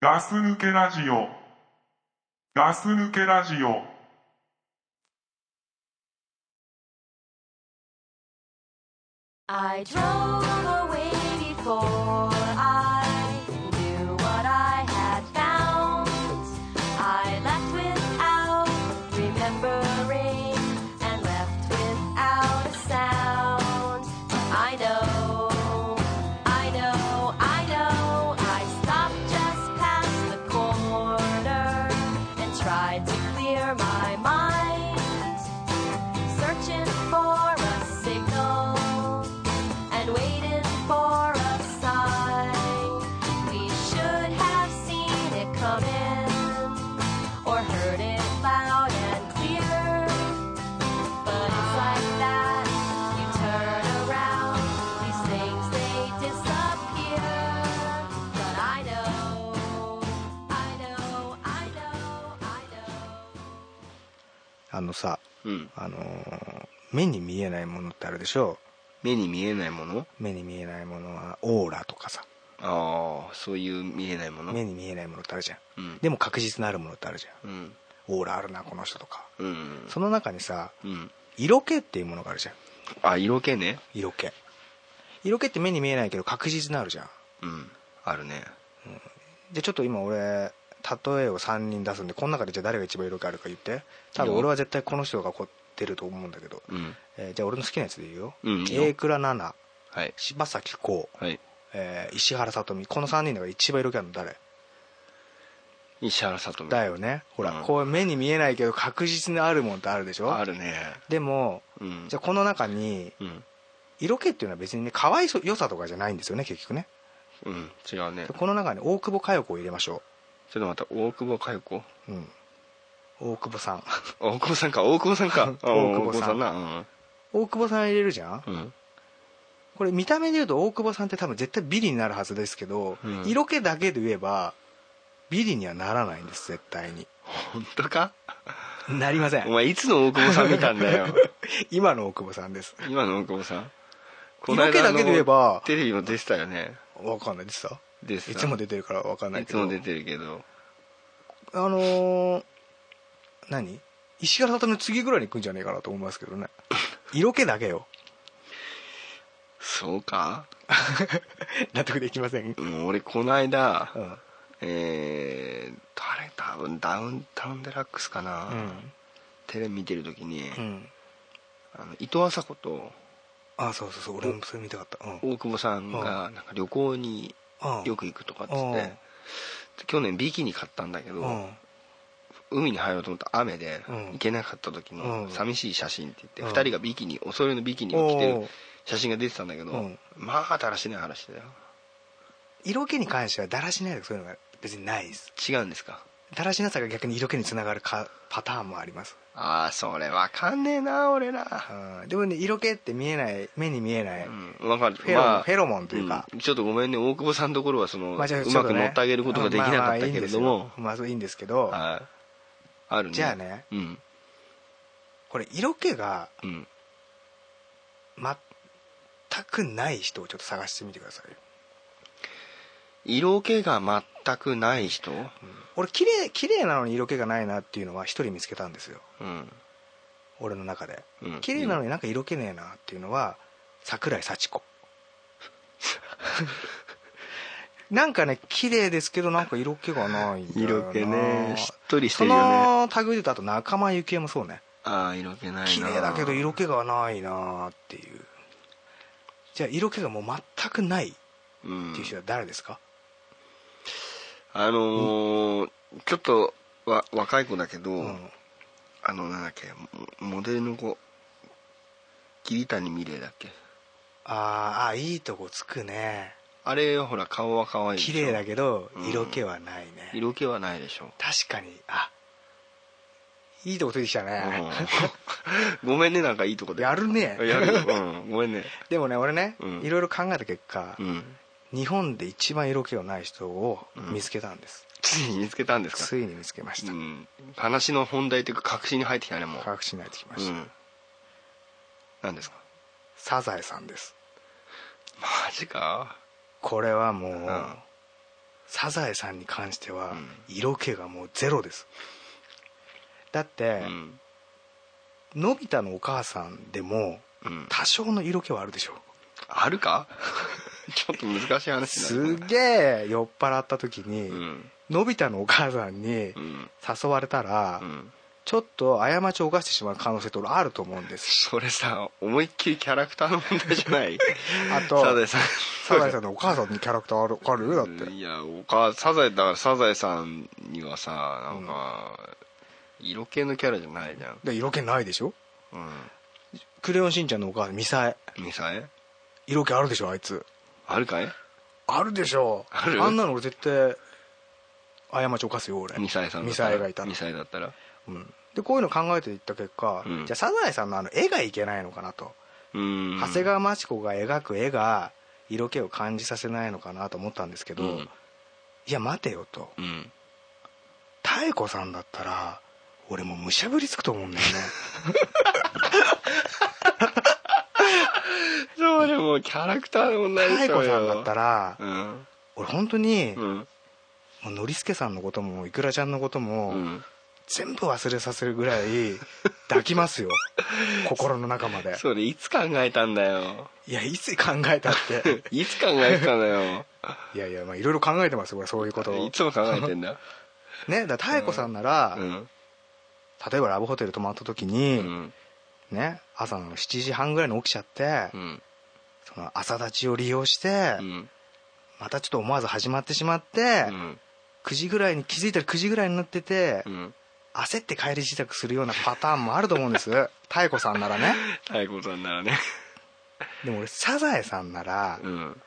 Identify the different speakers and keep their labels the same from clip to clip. Speaker 1: ガス抜けラジオ。ガス抜けラジオ。
Speaker 2: I drove away before I knew what I had found. I left without remembering and left without a sound. I know, I know, I know. I stopped just past the corner and tried to clear my mind, searching for a signal and waited for a sign. We should have seen it coming or heard it loud and clear. But it's like that. You turn around, these things they disappear. But I know, I know, I know, I know.
Speaker 3: あのさ、
Speaker 4: うん。
Speaker 3: あのー目に見えないものってあるでしょ
Speaker 4: 目に見えないもの
Speaker 3: 目に見えないものはオーラとかさ
Speaker 4: ああ、そういう見えないもの
Speaker 3: 目に見えないものってあるじゃん
Speaker 4: うん。
Speaker 3: でも確実なあるものってあるじゃん
Speaker 4: うん。
Speaker 3: オーラあるなこの人とか
Speaker 4: うん。
Speaker 3: その中にさ
Speaker 4: うん。
Speaker 3: 色気っていうものがあるじゃん
Speaker 4: あ、色気ね。
Speaker 3: 色気色気って目に見えないけど確実なあるじゃん
Speaker 4: うん。あるね。
Speaker 3: でちょっと今俺例えを3人出すんでこの中でじゃあ誰が一番色気あるか言って多分俺は絶対この人が凝ってると思うんだけど、
Speaker 4: うん。
Speaker 3: えーじゃあ俺の好きなやつで言うよ、
Speaker 4: うんいいよ
Speaker 3: A 倉奈々
Speaker 4: はい。
Speaker 3: 柴咲コウ、
Speaker 4: はい。
Speaker 3: えー石原さとみこの3人だから一番色気あるの誰
Speaker 4: 石原さとみ。
Speaker 3: だよねほら、
Speaker 4: うん
Speaker 3: こう目に見えないけど確実にあるもんってあるでしょ
Speaker 4: あるね。
Speaker 3: でも
Speaker 4: うん。
Speaker 3: じゃあこの中に
Speaker 4: うん。
Speaker 3: 色気っていうのは別にね可愛い良さとかじゃないんですよね結局ね
Speaker 4: うん。違うね。
Speaker 3: で
Speaker 4: ちょ
Speaker 3: この中に大久保佳代子を入れましょ
Speaker 4: っと待って、大久保佳代子
Speaker 3: う、うん、大久保さん
Speaker 4: 大久保さんか、大久保さんか。あ
Speaker 3: 大久保さん
Speaker 4: な。
Speaker 3: 大久保さん入れるじゃん
Speaker 4: うん。うん。
Speaker 3: これ見た目で言うと大久保さんって多分絶対ビリになるはずですけど、
Speaker 4: うん
Speaker 3: 色気だけで言えばビリにはならないんです絶対 に
Speaker 4: 本当か
Speaker 3: なりませ
Speaker 4: お
Speaker 3: ん
Speaker 4: 前、いつの大久保さん見た んだよ。
Speaker 3: 今の大久保さんです
Speaker 4: 今の大久保さん。
Speaker 3: 色気だけで言えば
Speaker 4: テレビも出てたよね。
Speaker 3: わかんないですさ
Speaker 4: 出てた
Speaker 3: いつも出てるからわかんない
Speaker 4: い
Speaker 3: け
Speaker 4: つ
Speaker 3: ど
Speaker 4: も出てるけど。
Speaker 3: あのー何石原さとみの次ぐらいに行くんじゃねえかなと思いますけど ね色気だけよ
Speaker 4: そうか
Speaker 3: 納得できません、
Speaker 4: うん俺、この間、
Speaker 3: うんうん
Speaker 4: えー、誰多分ダウンタウンデラックスかな、テレビ見てる時に、
Speaker 3: うん、
Speaker 4: あの伊藤麻子と
Speaker 3: あそうそうそう俺もそれ見たかったうん
Speaker 4: 大久保さんがなんか旅行に
Speaker 3: うん
Speaker 4: よく行くとかっつって、
Speaker 3: うん
Speaker 4: で去年ビキニ買ったんだけど、
Speaker 3: うん
Speaker 4: 海に入ろうと思ったら雨で
Speaker 3: うん
Speaker 4: 行けなかった時
Speaker 3: う
Speaker 4: の
Speaker 3: ん
Speaker 4: 寂しい写真って言って、
Speaker 3: うん
Speaker 4: 二人がビキニお揃いのビキニを着てる写真が出てたんだけど、
Speaker 3: うん
Speaker 4: まあだらしない話だよ
Speaker 3: 色気に関してはだらしないとかそういうのが別にないです
Speaker 4: 違うんですか
Speaker 3: だらしなさが逆に色気につながるかパターンもあります
Speaker 4: ああそれわかんねえな俺ら
Speaker 3: うんでもね色気って見えない目に見えない、
Speaker 4: うん、わかる
Speaker 3: フェロモンフェロモンというか
Speaker 4: んちょっとごめんね大久保さんのところはその、
Speaker 3: まあじゃあ
Speaker 4: う
Speaker 3: ちょ
Speaker 4: ま
Speaker 3: っ
Speaker 4: く
Speaker 3: ね
Speaker 4: 乗ってあげることができなかったけれども、
Speaker 3: まあまあいいんですよまあそういいんですけど、
Speaker 4: はいあるね
Speaker 3: じゃあね
Speaker 4: うん
Speaker 3: これ色気が
Speaker 4: うん
Speaker 3: 全くない人をちょっと探してみてくださいよ
Speaker 4: 色気が全くない人
Speaker 3: 俺綺麗綺麗なのに色気がないなっていうのは一人見つけたんですよ
Speaker 4: うん
Speaker 3: 俺の中で
Speaker 4: うん
Speaker 3: 綺麗なのになんか色気ねえなっていうのは桜井幸子 なんかね綺麗ですけどなんか色気がないんだよな
Speaker 4: 色気ねしっとりして
Speaker 3: そ
Speaker 4: るよね
Speaker 3: の類で言うとあと仲間由紀恵もそうね
Speaker 4: ああ色気ないな
Speaker 3: 綺麗だけど色気がないなっていうじゃあ色気がもう全くないっ
Speaker 4: うん
Speaker 3: ていう人は誰ですか、
Speaker 4: あのーちょっとわ若い子だけど、
Speaker 3: うん
Speaker 4: あのなんだっけモモデルの子桐谷美玲だっけ
Speaker 3: あーあいいとこつくね
Speaker 4: あれほら顔は可愛いでし
Speaker 3: 綺
Speaker 4: ょ
Speaker 3: 麗だけど
Speaker 4: うん
Speaker 3: 色気はないね、
Speaker 4: 色気はないでしょ
Speaker 3: 確かにあいいとこついてきたね、
Speaker 4: うんごめんねなんかいいとこで
Speaker 3: やるね
Speaker 4: やるようんごめんね
Speaker 3: でもね俺ね、
Speaker 4: うん
Speaker 3: いろいろ考えた結果、
Speaker 4: うん
Speaker 3: 日本で一番色気のない人を見つけたんです、
Speaker 4: ついに見つけたんですか
Speaker 3: ついに見つけました、
Speaker 4: うん話の本題というか確信に入ってきたねもう
Speaker 3: 科学しないときま
Speaker 4: う
Speaker 3: した、
Speaker 4: ん何ですか
Speaker 3: サザエさんです
Speaker 4: マジか
Speaker 3: これはもう、
Speaker 4: ん
Speaker 3: サザエさんに関しては
Speaker 4: うん
Speaker 3: 色気がもうゼロですだって、
Speaker 4: うん
Speaker 3: のび太のお母さんでも
Speaker 4: うん
Speaker 3: 多少の色気はあるでしょ
Speaker 4: あるか ちょっと難しい話
Speaker 3: す
Speaker 4: になるな
Speaker 3: げえ酔っ払った時に、
Speaker 4: うん
Speaker 3: のび太のお母さんに
Speaker 4: うん
Speaker 3: 誘われたら、
Speaker 4: うん
Speaker 3: ちょっと過ちを犯してしまう可能性って俺あると思うんです
Speaker 4: それさ思いっきりキャラクターの問題じゃない
Speaker 3: あと
Speaker 4: サザエさん
Speaker 3: サザエさんのお母さんにキャラクターあるあるだって
Speaker 4: いやお母サザエだからサザエさんにはさなんか、色気のキャラじゃないじゃん
Speaker 3: で色気ないでしょ
Speaker 4: う
Speaker 3: 「クレヨンしんちゃん」のお母さんミサエ
Speaker 4: んミサエ
Speaker 3: 色気あるでしょあいつ
Speaker 4: あるかい
Speaker 3: あるでしょ
Speaker 4: ある
Speaker 3: んなの俺絶対過ちを犯すよ俺
Speaker 4: ミサエさんだ
Speaker 3: ミ
Speaker 4: った
Speaker 3: サ
Speaker 4: ら
Speaker 3: エがいた
Speaker 4: ミサエだったら
Speaker 3: うんでこういうの考えていった結果、
Speaker 4: うん
Speaker 3: じゃあサザエさんのあの絵がいけないのかなと、
Speaker 4: うん
Speaker 3: 長谷川町子が描く絵が色気を感じさせないのかなと思ったんですけど、
Speaker 4: うん
Speaker 3: いや待てよと
Speaker 4: うん
Speaker 3: 妙子さんだったら俺もうむしゃぶりつくと思うんだ よね
Speaker 4: そうでもキャラクターの問題でし
Speaker 3: 妙
Speaker 4: ょ
Speaker 3: 子さんだった
Speaker 4: ら
Speaker 3: ら
Speaker 4: うん
Speaker 3: 俺本当に
Speaker 4: う
Speaker 3: も
Speaker 4: ん
Speaker 3: うノリスケさんのこともいくらちゃんのこと
Speaker 4: う
Speaker 3: も
Speaker 4: ん
Speaker 3: 全部忘れさせるぐらい 抱きますよ心の中まで
Speaker 4: それいつ考えたんだよ
Speaker 3: いやいつ考えたって
Speaker 4: いつ考えてたんだよ
Speaker 3: いやいやまあいろいろ考えてますよ俺そういうことを
Speaker 4: いつも考えて んだ
Speaker 3: ねだから妙子さんなら、
Speaker 4: うん
Speaker 3: 例えばラブホテル泊まった時
Speaker 4: う
Speaker 3: に、
Speaker 4: ん
Speaker 3: ね朝の7時半ぐらいに起きちゃって、
Speaker 4: うん
Speaker 3: その朝立ちを利用して、
Speaker 4: うん
Speaker 3: またちょっと思わず始まってしまって、
Speaker 4: うん
Speaker 3: 9時ぐらいに気づいたら9時ぐらいになってて、
Speaker 4: うん
Speaker 3: 焦って帰り支度するようなパターンもあると思うんです 妙子さんならね
Speaker 4: 太鼓さんならね
Speaker 3: でも俺サザエさんなら、
Speaker 4: うん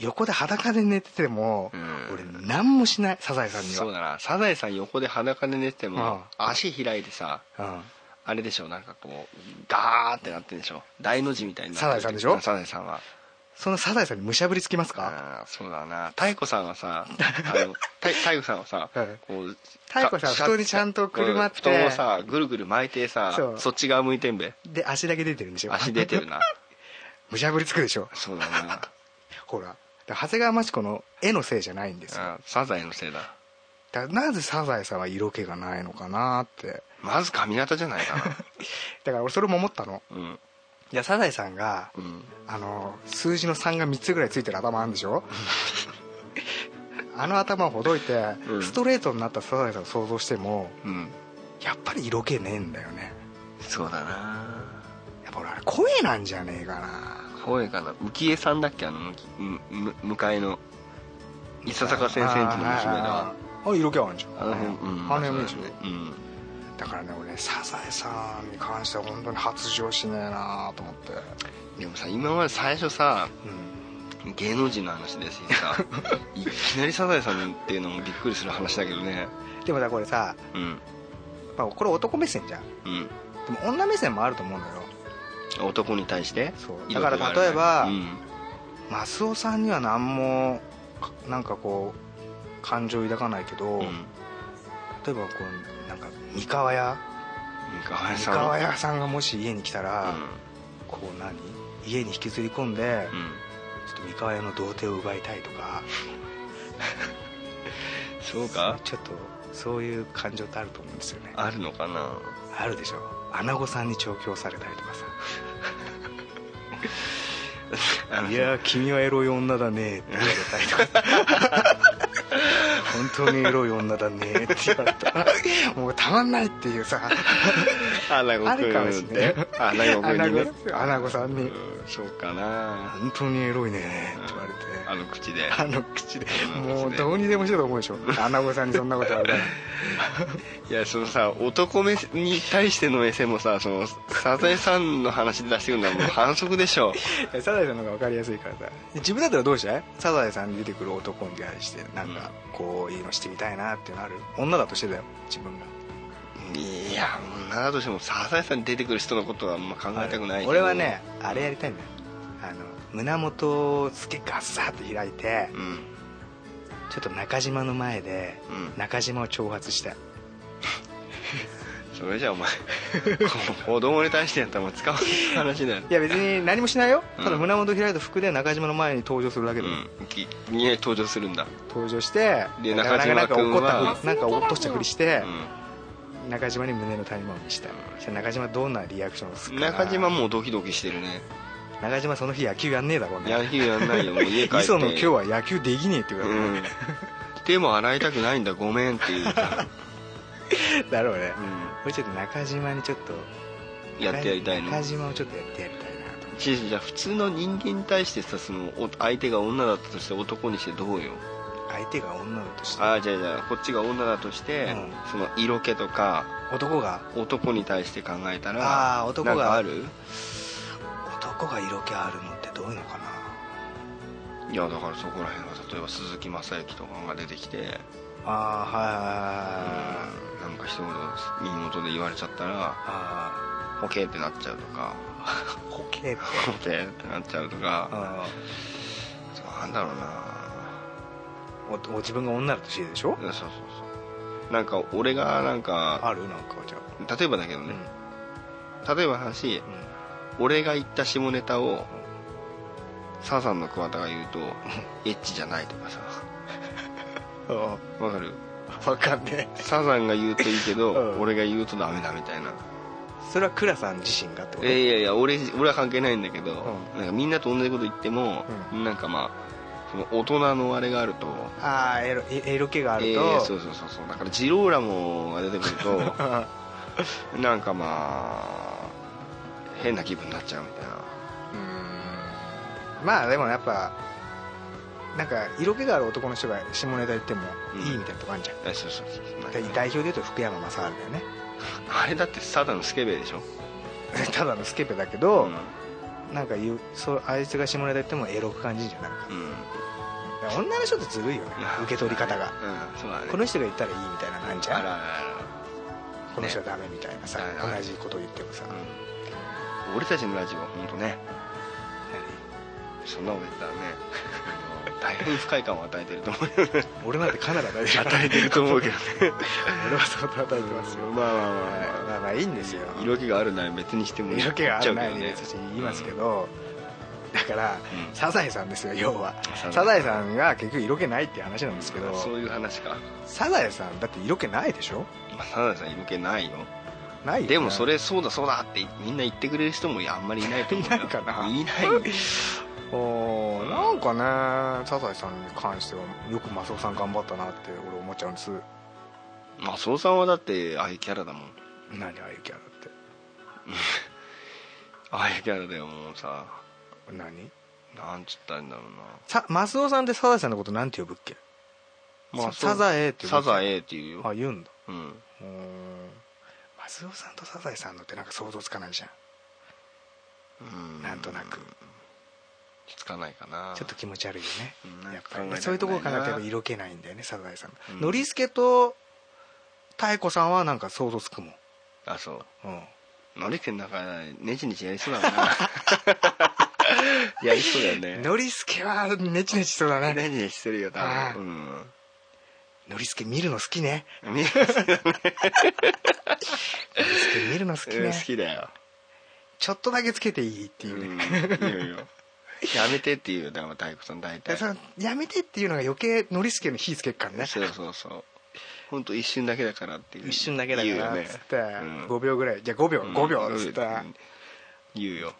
Speaker 3: 横で裸で寝てても、
Speaker 4: うん
Speaker 3: 俺何もしないサザエさんには
Speaker 4: そうだなサザエさん横で裸で寝てて
Speaker 3: うん
Speaker 4: も足開いてさ
Speaker 3: うん
Speaker 4: あれでしょなんかこうガーってなってるでしょ大の字みたいになって
Speaker 3: サザエ
Speaker 4: る
Speaker 3: さんでしょ
Speaker 4: サザエさんは
Speaker 3: そのサザエさんにむしゃぶりつきますか
Speaker 4: あーそうだな太鼓さんはさあの 太太鼓さんはさ
Speaker 3: うん
Speaker 4: こう
Speaker 3: 太鼓さんは
Speaker 4: か
Speaker 3: 布団にちゃんとくるまって
Speaker 4: うん布団をさぐるぐる巻いてさ
Speaker 3: そ
Speaker 4: そうっち側向いてんべ
Speaker 3: で足だけ出てるんでしょ
Speaker 4: 足出てるな
Speaker 3: むしゃぶりつくでしょ
Speaker 4: そうだな
Speaker 3: ほらだから長谷川町子の絵のせいじゃないんですよ
Speaker 4: あーサザエのせいだ
Speaker 3: だからなぜサザエさんは色気がないのかなって
Speaker 4: まず髪型じゃないかな
Speaker 3: だから俺それも思ったの
Speaker 4: うん
Speaker 3: いやサザエさんが
Speaker 4: うん
Speaker 3: あの数字の3が3つぐらいついてる頭あるんでし ょあの頭をほどいて、
Speaker 4: うん
Speaker 3: ストレートになったサザエさんを想像しても
Speaker 4: うん
Speaker 3: やっぱり色気ねえんだよね
Speaker 4: そうだな
Speaker 3: やっぱ俺あれ声なんじゃねえかな
Speaker 4: 声かな浮江さんだっけあのむきむむ向かいの伊佐坂先生んちの娘だわ
Speaker 3: あ色気はあるんじゃん
Speaker 4: あの辺うん
Speaker 3: あの辺もいいでしょ
Speaker 4: うん
Speaker 3: だからね俺ねサザエさんに関しては本当に発情しねえなと思って
Speaker 4: でもさ今まで最初さ
Speaker 3: うん
Speaker 4: 芸能人の話ですし さいきなりサザエさんっていうのもびっくりする話だけどね
Speaker 3: でもだからこれさ、
Speaker 4: うん
Speaker 3: まあ、これ男目線じゃん
Speaker 4: うん
Speaker 3: でも女目線もあると思うんだよ
Speaker 4: 男に対して
Speaker 3: そう
Speaker 4: 色気がある
Speaker 3: だから例えば
Speaker 4: うん
Speaker 3: マスオさんには何もかなんかこう感情抱かないけど、
Speaker 4: うん
Speaker 3: 例えばこうなんか三河屋
Speaker 4: 三河屋
Speaker 3: 三
Speaker 4: さん
Speaker 3: 河
Speaker 4: は
Speaker 3: 屋さんがもし家に来たら、
Speaker 4: う
Speaker 3: こう何家に引きずり込んで、
Speaker 4: んうん
Speaker 3: ちょっと三河屋の童貞を奪いたいとか
Speaker 4: そうか
Speaker 3: ちょっとそういう感情ってあると思うんですよねあ
Speaker 4: あるのかな
Speaker 3: るでしょ穴子さんに調教されたりとかさ
Speaker 4: あ の
Speaker 3: いやー君はエロい女だねって言われたりとか 本当にエロい女だねって言われたらもうたまんないっていうさ
Speaker 4: 穴子
Speaker 3: あるかも
Speaker 4: くん
Speaker 3: し
Speaker 4: っ
Speaker 3: れない
Speaker 4: て穴子くん
Speaker 3: 穴
Speaker 4: にね
Speaker 3: 子穴子さんに
Speaker 4: うんそう
Speaker 3: 「
Speaker 4: かな
Speaker 3: 本当にエロいね」って言われて
Speaker 4: あの口で
Speaker 3: あの口で
Speaker 4: あの口で
Speaker 3: もうどうにでもしようと思うでしょ穴子さんにそんなこと言われたら
Speaker 4: いやそのさ男目に対しての目線もさそのサザエさんの話で出してくるのはもう反則でしょ
Speaker 3: いやサザエさんの方が分かりやすいからさ自分だったらどうしたいサザエさんに出てくる男に対してなんかこういいのしてみたいなっていうのある女だとしてだよ自分が
Speaker 4: いや女だとしてもサザエさんに出てくる人のことはあんま考えたくないけど
Speaker 3: 俺はねあれやりたいんだよあの胸元をすげえガッサーって開いて
Speaker 4: うんうん
Speaker 3: ちょっと中島の前で中島を挑発したい
Speaker 4: それじゃあ お前子供に対してやったらもう使わない話だよ
Speaker 3: いや別に何もしないよ
Speaker 4: うん
Speaker 3: ただ胸元開いた服で中島の前に登場するだけ
Speaker 4: う
Speaker 3: で、
Speaker 4: んきに登場するんだ
Speaker 3: 登場して
Speaker 4: で
Speaker 3: なんか
Speaker 4: 中島君は
Speaker 3: なんか怒ったふりなんか落としたふりして
Speaker 4: う、
Speaker 3: 中島に胸の谷間を見したいそしたら中島どんなリアクションをす
Speaker 4: ん
Speaker 3: るかな
Speaker 4: 中島もうドキドキしてるね
Speaker 3: 中島その日野球やんねえだろうね
Speaker 4: 野球やんないよもう家帰って
Speaker 3: 磯野今日は野球できねえって言われ
Speaker 4: うん手も洗いたくないんだごめんって言うから、
Speaker 3: るだろうね
Speaker 4: う
Speaker 3: これちょっと中島にちょっと
Speaker 4: ん、やってやりたいの
Speaker 3: 中島をちょっとやってやりたいなと
Speaker 4: じゃあ普通の人間に対してさそのお相手が女だったとして男にしてどうよ
Speaker 3: 相手が女だとして
Speaker 4: ああじゃあじゃあこっちが女だとして、
Speaker 3: うん
Speaker 4: その色気とか
Speaker 3: 男が
Speaker 4: 男に対して考えた
Speaker 3: あ
Speaker 4: ら
Speaker 3: ー男が
Speaker 4: なんかある
Speaker 3: 男が色気あるのってどういうのかない
Speaker 4: やだからそこら辺は例えば鈴木雅之とかが出てきて
Speaker 3: あーはいはいはいは
Speaker 4: うん
Speaker 3: い
Speaker 4: なんか一言耳元で言われちゃったら
Speaker 3: あ
Speaker 4: 「ホケ」ってなっちゃうとか
Speaker 3: あホケ
Speaker 4: 「ホケ」ってなっちゃうとか
Speaker 3: あ
Speaker 4: なんだろうな
Speaker 3: ーおお自分が女だとしてでしょ
Speaker 4: そうそうそうなんか俺がなんか
Speaker 3: あるなんかじゃあ
Speaker 4: 例えばだけどね、例えば話
Speaker 3: うんうん
Speaker 4: 俺が言った下ネタをサザンの桑田が言うと エッチじゃないとかさ
Speaker 3: あ
Speaker 4: わかる
Speaker 3: あ分かんねえ
Speaker 4: サザンが言うといいけど、
Speaker 3: うん
Speaker 4: 俺が言うとダメだみたいな
Speaker 3: それは倉さん自身がってこ
Speaker 4: い
Speaker 3: と
Speaker 4: やいやいや俺俺は関係ないんだけど、
Speaker 3: う
Speaker 4: なんかみんなと同じこと言っても、なんかまあその大人のあれがあると
Speaker 3: ああエロエエロ気があると、
Speaker 4: えーそうそうそうそうだからジローラモが出てく る
Speaker 3: う
Speaker 4: となんかまあ変な気分になっちゃうみたいな
Speaker 3: ーんまあでもやっぱなんか色気がある男の人が下ネタ言ってもいいみたいなとこあるじゃん、
Speaker 4: えそうそうそうなんか
Speaker 3: だ代表で言うと福山雅治だよね
Speaker 4: あれだってサザンのスケベでしょ
Speaker 3: ただのスケベだけ
Speaker 4: う
Speaker 3: ど、
Speaker 4: ん、
Speaker 3: なんか言うそうあいつが下ネタ言ってもエロく感じるじゃんなんか
Speaker 4: うん
Speaker 3: 女の人ってずるいよね受け取り方が、
Speaker 4: うん、そうだね
Speaker 3: この人が言ったらいいみたいなのあんじゃ
Speaker 4: あ
Speaker 3: ん
Speaker 4: らあら
Speaker 3: この人はダメみたいなさ、
Speaker 4: ねはいはい
Speaker 3: 同じこと言ってもさ、
Speaker 4: あら、うん、俺たちのラジオは本当ねそんなこと言ったらね 大変不快感を与えてると思うよね
Speaker 3: 何俺なんてカナダ大丈夫
Speaker 4: 与えてると思うけどね
Speaker 3: 俺は相当与えてますよ、
Speaker 4: まあまあま
Speaker 3: はいまあまあいいんですよ
Speaker 4: あ色気があるなら別にしても
Speaker 3: 色気があるないで
Speaker 4: 言っちゃう
Speaker 3: 別
Speaker 4: けど
Speaker 3: に言いますけど、だから、
Speaker 4: うん
Speaker 3: サザエさんですよ要は
Speaker 4: サザエ
Speaker 3: サザエさんが結局色気ないって話なんですけど
Speaker 4: そういう話か、
Speaker 3: サザエさんだって色気ないでしょ
Speaker 4: まあ、サザエさん色気ないよ
Speaker 3: ないよね
Speaker 4: でもそれそうだそうだってみんな言ってくれる人もあんまりいないと思うよ
Speaker 3: いないかない
Speaker 4: ない
Speaker 3: おーなんかねサザエさんに関してはよくマスオさん頑張ったなって俺思っちゃうんです
Speaker 4: まあそうさんはだってああいうキャラだもん
Speaker 3: 何ああいうキャラって
Speaker 4: ああいうキャラだよもうさ
Speaker 3: 何
Speaker 4: なんつったらいいんだろう
Speaker 3: さマスオさんってサザエさんのことなんて呼ぶっけ
Speaker 4: な、まあ、
Speaker 3: ササザエって呼ぶ
Speaker 4: サ
Speaker 3: っけ
Speaker 4: ザエっていうよ、
Speaker 3: あ言うんだ
Speaker 4: うん、
Speaker 3: うーんマスオさんとサザエさんのってなんか想像つかないじゃん
Speaker 4: うん
Speaker 3: なんとなく
Speaker 4: つかないかな
Speaker 3: ちょっと気持ち悪いよ
Speaker 4: うん
Speaker 3: ねやっぱり
Speaker 4: なんか考えたくない
Speaker 3: ね
Speaker 4: な
Speaker 3: そういうところ考えたら色気ないんだよねサザエさん
Speaker 4: うん
Speaker 3: ノリスケと妙子さんはなんか想像つくもん
Speaker 4: あそ
Speaker 3: う
Speaker 4: う
Speaker 3: ん
Speaker 4: ノリ君なんかネチネチやりそうだもん なやりそうだよね
Speaker 3: ノリスケはネチネチしそうだね
Speaker 4: ネチネチするよ
Speaker 3: あ
Speaker 4: 多
Speaker 3: あ
Speaker 4: 分うん
Speaker 3: ノリスケ見るの好きね
Speaker 4: みんな
Speaker 3: ノリスケ見るの好き
Speaker 4: うん
Speaker 3: ね
Speaker 4: 好きだよ
Speaker 3: ちょっとだけつけていいって
Speaker 4: う
Speaker 3: いうんね
Speaker 4: いいよいいよやめてっていうよだから大工さん大
Speaker 3: で
Speaker 4: 体
Speaker 3: そ
Speaker 4: そ
Speaker 3: のやめてっていうのが余計ノリスケの火つけっからね
Speaker 4: うそうそう本当一瞬だけだからっていう
Speaker 3: 一瞬だけだか
Speaker 4: 言うよ
Speaker 3: らっ
Speaker 4: ね
Speaker 3: つって
Speaker 4: うん
Speaker 3: 5秒ぐらいじゃあ5秒
Speaker 4: うん
Speaker 3: 5秒っつったら
Speaker 4: うん言うよ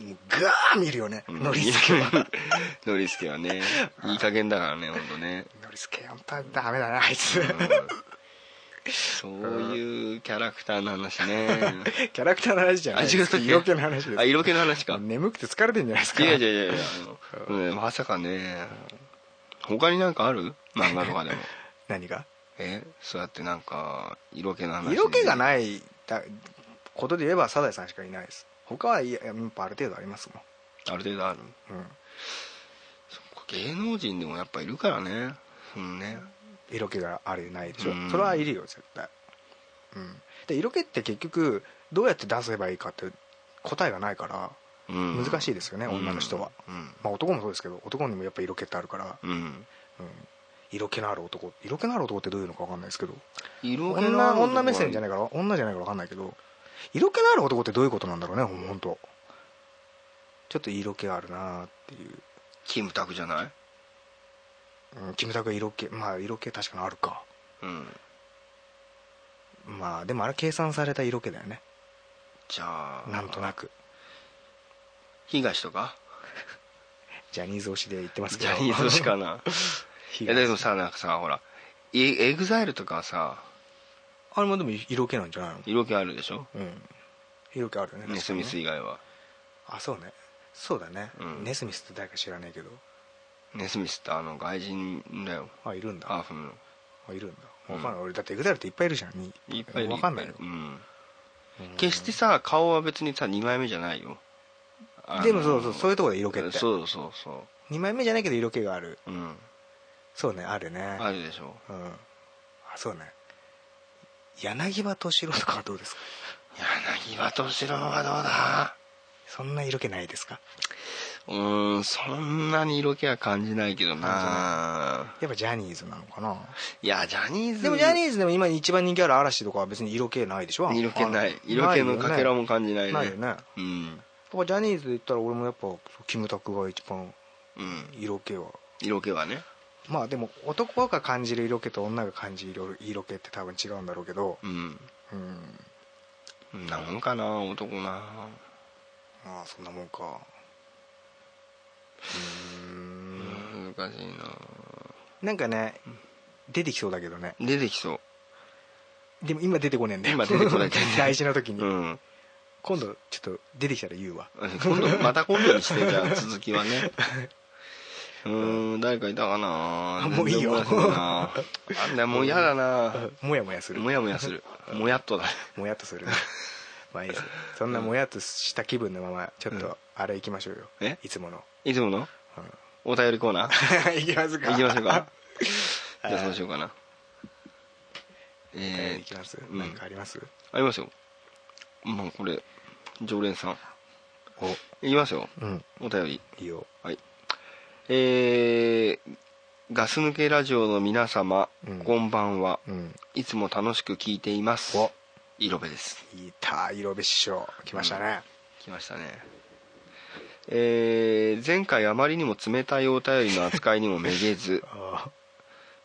Speaker 3: もうガー見るよね
Speaker 4: うん
Speaker 3: ノリスケは
Speaker 4: ノリスケはねいい加減だからね本当ね
Speaker 3: ノリスケ本当はダメだなあいつ
Speaker 4: うんそういうキャラクターの話 ね
Speaker 3: キャラクターの話じゃ
Speaker 4: あ
Speaker 3: ない
Speaker 4: 違ったっけ
Speaker 3: 色気の話です
Speaker 4: あ色気の話か
Speaker 3: 眠くて疲れてんじゃないです
Speaker 4: い
Speaker 3: か
Speaker 4: やいやいやいやあのねまさかね他になんかある漫画と かでも
Speaker 3: 何が
Speaker 4: えそうやってなんか色気の話
Speaker 3: 色気が
Speaker 4: い
Speaker 3: ないだことで言えばサザエさんしかいないです他はいややっぱある程度あります
Speaker 4: ある程度ある
Speaker 3: もん、うん、
Speaker 4: そっか芸能人でもやっぱいるからねうんね
Speaker 3: 色気があるないでしょ、
Speaker 4: うん
Speaker 3: それはいるよ絶対、うん、で色気って結局どうやって出せばいいかって答えがないから、
Speaker 4: うん
Speaker 3: 難しいですよね女の人は
Speaker 4: うん
Speaker 3: まあ、男もそうですけど男にもやっぱ色気ってあるから、
Speaker 4: うん
Speaker 3: うん、色気のある男色気のある男ってどういうのか分かんないですけど
Speaker 4: 色気のあ
Speaker 3: 女
Speaker 4: る
Speaker 3: 女目線じゃ
Speaker 4: ない
Speaker 3: ないから女じゃないから分かんないけど色気のある男ってどういうことなんだろうねほんとちょっと色気があるなっていう、
Speaker 4: キムタクじゃない
Speaker 3: うん、キムタクは色気まあ色気確かにあるか
Speaker 4: うん
Speaker 3: まあでもあれ計算された色気だよね
Speaker 4: じゃあ
Speaker 3: なんとなく
Speaker 4: 東とか
Speaker 3: ジャニーズ推しで言ってますけ
Speaker 4: ジ
Speaker 3: ど
Speaker 4: ャニーズ推 しかないや
Speaker 3: 東
Speaker 4: でもさなんかさほらエエグザイルとかさ
Speaker 3: あれもでも色気なんじゃないの
Speaker 4: 色気あるでしょ
Speaker 3: うん色気あるよね
Speaker 4: ネスミス以外は
Speaker 3: あそうねそうだね、
Speaker 4: うん
Speaker 3: ネスミスって誰か知らないけど
Speaker 4: ネスミスってあの外人だよ
Speaker 3: あいるんだ
Speaker 4: パーフュームの
Speaker 3: あいるんだわかんない、俺だってエグザイルっていっぱいいるじゃんに
Speaker 4: いっぱいいる
Speaker 3: わかんない
Speaker 4: っ
Speaker 3: よ
Speaker 4: ぱいいるうん
Speaker 3: うん
Speaker 4: 決してさ顔は別にさ2枚目じゃないよあの
Speaker 3: でもそうそうそういうところで色気って
Speaker 4: そうそうそ
Speaker 3: 2枚目じゃないけど色気がある
Speaker 4: ううん
Speaker 3: そうねあるね
Speaker 4: あるでしょ
Speaker 3: うんあそうね柳葉敏郎とかはどうですか
Speaker 4: 柳葉敏郎はどうだ
Speaker 3: そんな色気ないですか
Speaker 4: うーんそんなに色気は感じないけどな
Speaker 3: やっぱジャニーズなのかない
Speaker 4: やジャニーズ
Speaker 3: でもジャニーズでも今一番人気ある嵐とかは別に色気ないでしょ
Speaker 4: 色気ない
Speaker 3: あ
Speaker 4: 色気のかけらも感じないね
Speaker 3: ないよねないよね
Speaker 4: うん
Speaker 3: だからジャニーズで言ったら俺もやっぱキムタクが一番
Speaker 4: うん
Speaker 3: 色気は
Speaker 4: 色気はね
Speaker 3: まあでも男が感じる色気と女が感じる色気って多分違うんだろうけど
Speaker 4: うん
Speaker 3: うん
Speaker 4: なもんかな男な
Speaker 3: まあそんなもんかうーん
Speaker 4: 難しいな
Speaker 3: なんかね出てきそうだけどね
Speaker 4: 出てきそ
Speaker 3: でも今出てこねえんだよ
Speaker 4: 今出てこない
Speaker 3: 大事な時に、
Speaker 4: ううん
Speaker 3: 今度ちょっと出てきたら言うわ
Speaker 4: 今度また今度にしてじゃ あ続きはねうーん誰かいたかな
Speaker 3: もういいよ
Speaker 4: 全然思 出せねえなあんだもう嫌だな
Speaker 3: もやもやする
Speaker 4: もやもやするもやっとだ
Speaker 3: もやっと するねまあいいですそんなもやっとした気分のままちょっ
Speaker 4: うん
Speaker 3: とあれ行きましょうよ、
Speaker 4: え
Speaker 3: いつもの
Speaker 4: いつ もの お便りコーナー
Speaker 3: 行きますか
Speaker 4: 行きましょうか
Speaker 3: はい
Speaker 4: じゃあそうしようかな
Speaker 3: えー
Speaker 4: え
Speaker 3: 行
Speaker 4: ー
Speaker 3: きます
Speaker 4: うん
Speaker 3: 何かあります、
Speaker 4: ありますよもうこれ常連さん
Speaker 3: お
Speaker 4: いきますよ
Speaker 3: うん
Speaker 4: お便り
Speaker 3: いいよ
Speaker 4: はいえーガス抜けラジオの皆様、
Speaker 3: うん
Speaker 4: こんばんは
Speaker 3: うん
Speaker 4: いつも楽しく聞いています
Speaker 3: お
Speaker 4: 色部です
Speaker 3: いた色部師匠来ましたね、
Speaker 4: 来ましたねえー前回あまりにも冷たいお便りの扱いにもめげず
Speaker 3: あ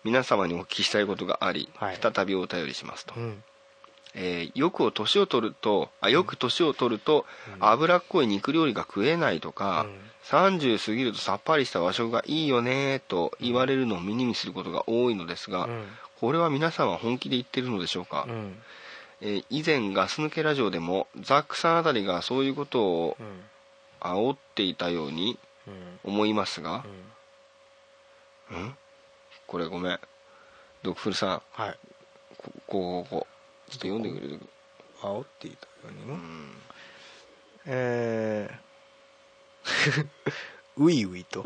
Speaker 4: 皆様にお聞きしたいことがあり、
Speaker 3: はい
Speaker 4: 再びお便りしますと
Speaker 3: あ、うん
Speaker 4: えーよくを年を取るとあよく年を取ると、脂っこい肉料理が食えないとか、
Speaker 3: うん
Speaker 4: 30過ぎるとさっぱりした和食がいいよねと言われるのを耳にすることが多いのですが、
Speaker 3: うん
Speaker 4: これは皆さんは本気で言ってるのでしょうか、
Speaker 3: うん
Speaker 4: えー以前ガス抜けラジオでもザックさんあたりがそういうことを
Speaker 3: うん
Speaker 4: 煽っていたように
Speaker 3: うん
Speaker 4: 思いますが
Speaker 3: う、ん
Speaker 4: んこれごめんドクフルさん
Speaker 3: はい
Speaker 4: ここここちょっと読んでくれる
Speaker 3: 煽っていたように
Speaker 4: う
Speaker 3: も
Speaker 4: ん
Speaker 3: えーウイウイと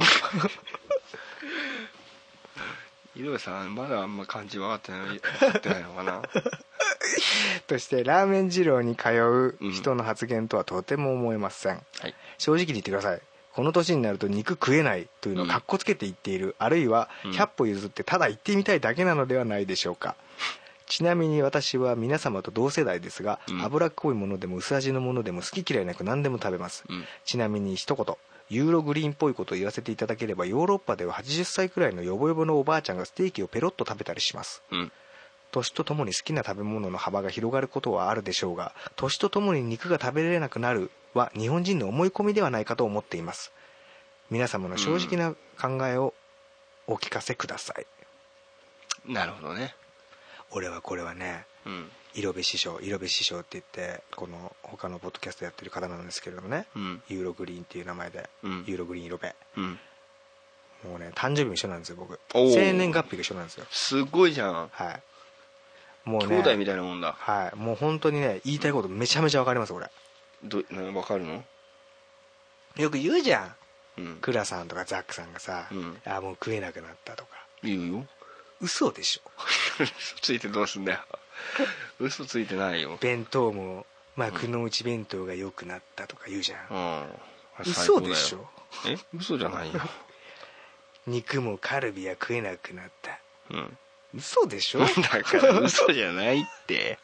Speaker 4: 井上さんまだあんま感じ分かってな い分かってないのかな
Speaker 3: としてラーメン二郎に通う人の発言とはとても思えません、
Speaker 4: はい
Speaker 3: 正直に言ってくださいこの年になると肉食えないというのを
Speaker 4: うん
Speaker 3: かっこつけて言っている、あるいは
Speaker 4: うん
Speaker 3: 100歩譲ってただ言ってみたいだけなのではないでしょうか、ちなみに私は皆様と同世代ですが、
Speaker 4: うん
Speaker 3: 脂っこいものでも薄味のものでも好き嫌いなく何でも食べます、
Speaker 4: うん
Speaker 3: ちなみに一言ユーログリーンっぽいことを言わせていただければヨーロッパでは80歳くらいのヨボヨボのおばあちゃんがステーキをペロッと食べたりします
Speaker 4: うん
Speaker 3: 年とともに好きな食べ物の幅が広がることはあるでしょうが年とともに肉が食べられなくなるは日本人の思い込みではないかと思っています皆様の正直な考えをお聞かせください、
Speaker 4: なるほどね
Speaker 3: 俺はこれはね
Speaker 4: うん
Speaker 3: 色部師匠色部師匠って言ってこの他のポッドキャストやってる方なんですけれどもね、
Speaker 4: うん
Speaker 3: ユーログリーンっていう名前で、
Speaker 4: うん
Speaker 3: ユーログリーン色部
Speaker 4: うん
Speaker 3: もうね誕生日も一緒なんですよ僕
Speaker 4: おー
Speaker 3: 生年月日が一緒なんですよ
Speaker 4: すごいじゃん
Speaker 3: はいもうね
Speaker 4: 兄弟みたいなもんだ
Speaker 3: はいもう本当にね言いたいことめちゃめちゃわかります俺
Speaker 4: どな分かるの
Speaker 3: よく言うじゃん
Speaker 4: うん
Speaker 3: クラさんとかザックさんがさ「
Speaker 4: うん
Speaker 3: あもう食えなくなった」とか
Speaker 4: 言うよ
Speaker 3: 嘘でしょ
Speaker 4: 嘘ついてどうすんだよ嘘ついてないよ
Speaker 3: 弁当も幕の内弁当が良くなったとか言うじゃ、
Speaker 4: うんん
Speaker 3: 嘘でしょ
Speaker 4: え嘘じゃないよ
Speaker 3: 肉もカルビは食えなくなった
Speaker 4: うん
Speaker 3: 嘘でしょ
Speaker 4: だから嘘じゃないって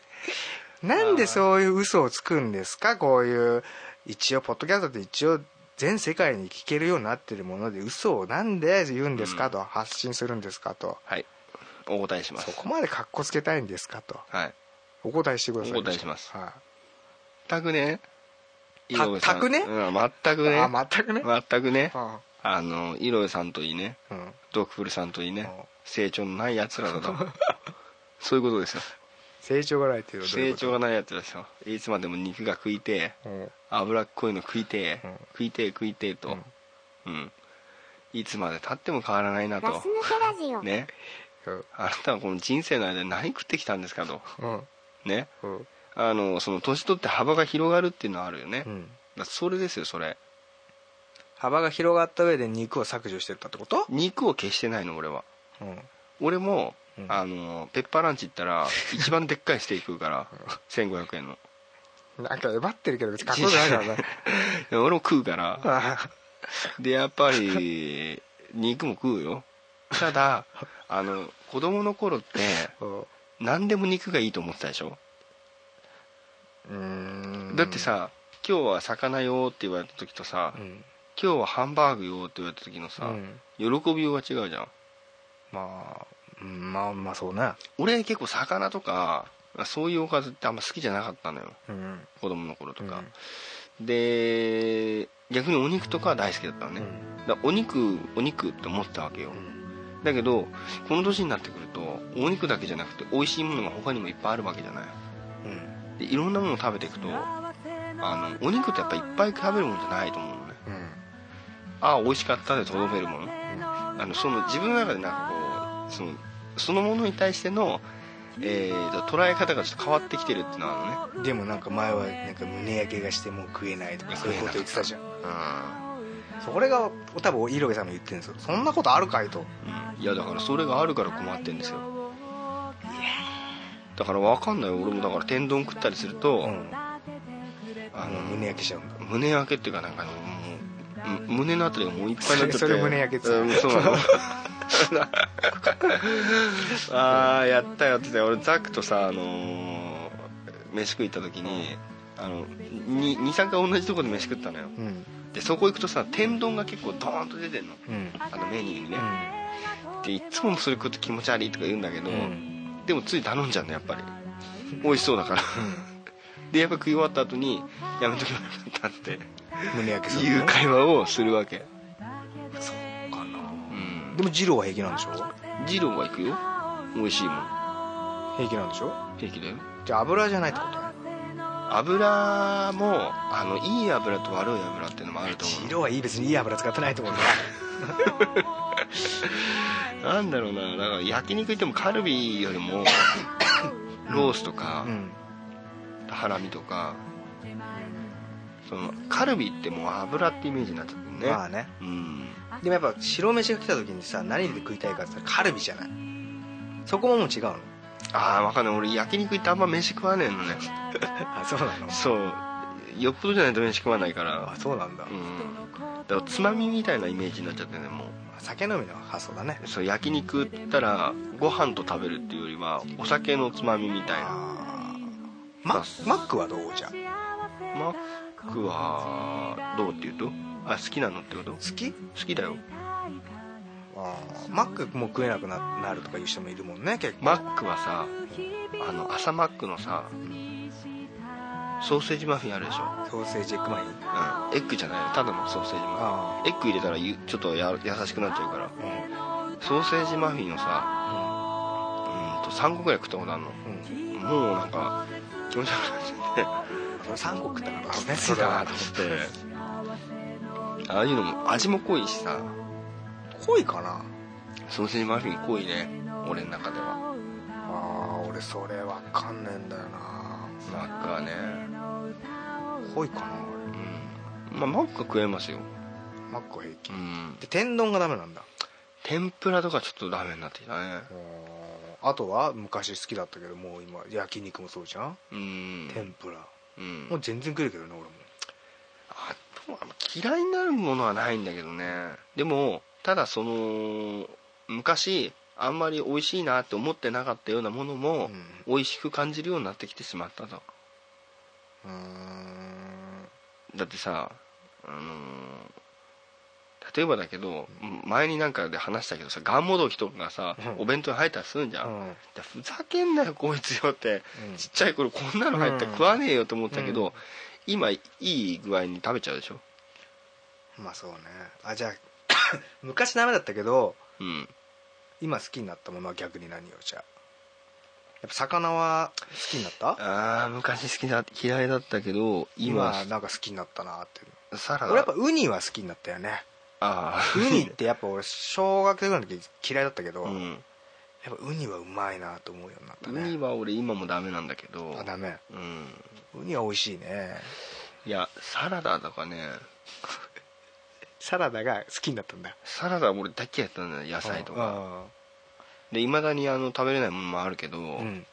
Speaker 3: なんでそういう嘘をつくんですかこういう一応ポッドキャストって一応全世界に聞けるようになってるもので嘘をなんで言うんですかと、発信するんですかと
Speaker 4: はいお答えしま
Speaker 3: そ
Speaker 4: す
Speaker 3: こまで格好つけたいんですかと
Speaker 4: はい
Speaker 3: お答えしてください
Speaker 4: お答えします
Speaker 3: は
Speaker 4: 全くね井上さ
Speaker 3: 全
Speaker 4: ん
Speaker 3: くね
Speaker 4: うん、全
Speaker 3: い、
Speaker 4: くね
Speaker 3: あ全くね、
Speaker 4: 全くね
Speaker 3: あ
Speaker 4: あの井上さんといいね
Speaker 3: うんうん
Speaker 4: ドクフルさんといいね
Speaker 3: うん
Speaker 4: 成長のないやつらだと そういうことですよ
Speaker 3: 成長がないっていうのはどういうこ
Speaker 4: 成
Speaker 3: と
Speaker 4: 長がないやつらですよいつまでも肉が食いてえ
Speaker 3: うん
Speaker 4: 脂っこいの食いてえ、
Speaker 3: うん
Speaker 4: 食いてえ食いてえとうん、いつまでたっても変わらないなとね
Speaker 3: うん
Speaker 4: あなたはこの人生の間に何食ってきたんですかと
Speaker 3: うん
Speaker 4: ね
Speaker 3: うん
Speaker 4: あのその年取って幅が広がるっていうのはあるよね、
Speaker 3: う
Speaker 4: だか
Speaker 3: ん
Speaker 4: らそれですよそれ
Speaker 3: 幅が広がった上で肉を削除してったってこと
Speaker 4: 肉を消してないの俺は
Speaker 3: うん
Speaker 4: 俺も、
Speaker 3: うん
Speaker 4: あのペッパーランチ行ったら一番でっかいステーキ食うから1500円の
Speaker 3: なんかえばってるけど別にかっこよくないからね
Speaker 4: で俺も食 うから
Speaker 3: ああ
Speaker 4: でやっぱり肉も食うよただあの子供の頃って
Speaker 3: うん
Speaker 4: 何でも肉がいいと思ってたでしょ
Speaker 3: うーん
Speaker 4: だってさ今日は魚よって言われた時とさ、
Speaker 3: うん
Speaker 4: 今日はハンバーグよって言われた時のさ、
Speaker 3: うん
Speaker 4: 喜びようが違うじゃん
Speaker 3: まあうんまあまあそうな
Speaker 4: 俺結構魚とかそういうおかずってあんま好きじゃなかったのよ
Speaker 3: うん
Speaker 4: 子供の頃とか、で逆にお肉とかは大好きだったのね、だからお肉お肉って思ってたわけよ、
Speaker 3: うん
Speaker 4: だけどこの年になってくるとお肉だけじゃなくて美味しいものが他にもいっぱいあるわけじゃない
Speaker 3: うん
Speaker 4: でいろんなものを食べていくとあのお肉ってやっぱいっぱい食べるものじゃないと思うのね
Speaker 3: うん
Speaker 4: ああ美味しかったでとどめるものあのその自分の中でなんかこうそのそのものに対しての、えーと捉え方がちょっと変わってきてるっていうのはあるね
Speaker 3: でもなんか前はなんか胸焼けがしてもう食えないとかそういうこと言ってたじゃんそれが多分イロベさんも言ってるんですよそんなことあるかいと
Speaker 4: うん、いやだからそれがあるから困ってんですよだからわかんないよ俺もだから天丼食ったりすると、
Speaker 3: うん
Speaker 4: あ
Speaker 3: もう
Speaker 4: の
Speaker 3: 胸焼けしちゃうんだ
Speaker 4: 胸焼けっていうかなんかねもうむ胸のあたりがもういっぱいになっちゃって
Speaker 3: それそれ胸焼けっつう
Speaker 4: うんそうな のああやったやってた俺ザックとさあのー飯食い行った時にあの23回同じとこで飯食ったのよ
Speaker 3: うん
Speaker 4: でそこ行くとさ天丼が結構ドーンと出てんの
Speaker 3: うん
Speaker 4: あのメニューにね
Speaker 3: う、
Speaker 4: でいつもそれ食うと気持ち悪いとか言うんだけど、
Speaker 3: ん
Speaker 4: でもつい頼んじゃうのやっぱり美味しそうだからでやっぱ食い終わった後にやめとけばよかったって
Speaker 3: 胸焼けする
Speaker 4: いう会話をするわけ
Speaker 3: かな
Speaker 4: うん
Speaker 3: でも二郎は平気なんでしょ
Speaker 4: 二郎は行くよ美味しいもん
Speaker 3: 平気なんでしょ
Speaker 4: 平気だよ
Speaker 3: じゃあ油じゃないってこと
Speaker 4: 油もあのいい油と悪い油っていうのもあると思う
Speaker 3: 色はいい別にいい油使ってないと思 うんだ
Speaker 4: なんだろうなだから焼肉行ってもカルビよりも ロースとか
Speaker 3: うん
Speaker 4: ハラミとかそのカルビってもう油ってイメージになっちゃってるね、
Speaker 3: まあね
Speaker 4: うん
Speaker 3: でもやっぱ白飯が来た時にさ何で食いたいかって言ったらカルビじゃないそこももう違うの
Speaker 4: ああ分かんない俺焼肉行ってあんま飯食わねえのね
Speaker 3: あそうなの
Speaker 4: そうよっぽどじゃないと飯食わないから
Speaker 3: あそうなんだ
Speaker 4: うんだからつまみみたいなイメージになっちゃってねもう
Speaker 3: 酒飲みの発想だね
Speaker 4: そう焼肉って言ったらご飯と食べるっていうよりはお酒のつまみみたいな
Speaker 3: あーママックはどうじゃん好
Speaker 4: マックはどうっていうとあ好きなのってこと好
Speaker 3: き
Speaker 4: きだよ
Speaker 3: あーマックも食えなくななるとかいう人もいるもんね結構
Speaker 4: マックはさあの朝マックのさソーセージマフィンあるでしょ、
Speaker 3: ソーセージエッグマイン
Speaker 4: うん、エッグじゃないよただのソーセージマ
Speaker 3: あ
Speaker 4: フィンエッグ入れたらゆちょっとや優しくなっちゃうから
Speaker 3: あうん
Speaker 4: ソーセージマフィンをさうんと3個ぐらい食ったことあるの
Speaker 3: うんうん
Speaker 4: もうなんか気持ち悪くなっちゃって
Speaker 3: それ3個食ったから
Speaker 4: きつだなと思ってああいうのも味も濃いしさ
Speaker 3: 濃いかな
Speaker 4: ソーセージマフィン濃いね俺の中では
Speaker 3: あー俺それわかんねえんだよな
Speaker 4: マックはね
Speaker 3: 濃いかな
Speaker 4: うんまあマックは食えますよ
Speaker 3: 俺マックは平気
Speaker 4: うん
Speaker 3: で天丼がダメなんだ
Speaker 4: 天ぷらとかちょっとダメになってきたね
Speaker 3: あとは昔好きだったけどもう今焼肉もそうじゃん
Speaker 4: うん
Speaker 3: 天ぷら
Speaker 4: うん
Speaker 3: もう全然食えるけどね俺も
Speaker 4: あとは嫌いになるものはないんだけどねでもただその昔あんまり美味しいなって思ってなかったようなものも
Speaker 3: うん
Speaker 4: 美味しく感じるようになってきてしまったと
Speaker 3: うーん
Speaker 4: だってさ、あのー例えばだけど前になんかで話したけどさがんもどきとかがさ
Speaker 3: うん
Speaker 4: お弁当に入ったりするんじゃん、
Speaker 3: うん
Speaker 4: でふざけんなよこいつよって
Speaker 3: うん
Speaker 4: ちっちゃい頃こんなの入ったら
Speaker 3: うん
Speaker 4: 食わねえよと思ったけど、
Speaker 3: うん
Speaker 4: 今いい具合に食べちゃうでしょ
Speaker 3: まあそうねあじ ゃあ昔ダメだったけど
Speaker 4: うん
Speaker 3: 今好きになったものは逆に何をじゃあやっぱ魚は好きになった
Speaker 4: ああ昔好きだ嫌いだったけど今
Speaker 3: 今なんか好きになったなっていう
Speaker 4: サラダ
Speaker 3: 俺やっぱウニは好きになったよ ね
Speaker 4: ああ
Speaker 3: ウニってやっぱ俺小学生ぐらいの時嫌いだったけど、
Speaker 4: う
Speaker 3: やっ
Speaker 4: ん
Speaker 3: ぱウニはうまいなと思うようになった
Speaker 4: ウ
Speaker 3: ね
Speaker 4: ニは俺今もダメなんだけど
Speaker 3: あダメ
Speaker 4: うん
Speaker 3: ウニは美味しいね
Speaker 4: いやサラダとかね
Speaker 3: サラダが好きになったんだ
Speaker 4: サラダ俺大嫌いだったんだよ野菜とか
Speaker 3: か
Speaker 4: でいまだにあの食べれないものもあるけど、
Speaker 3: うん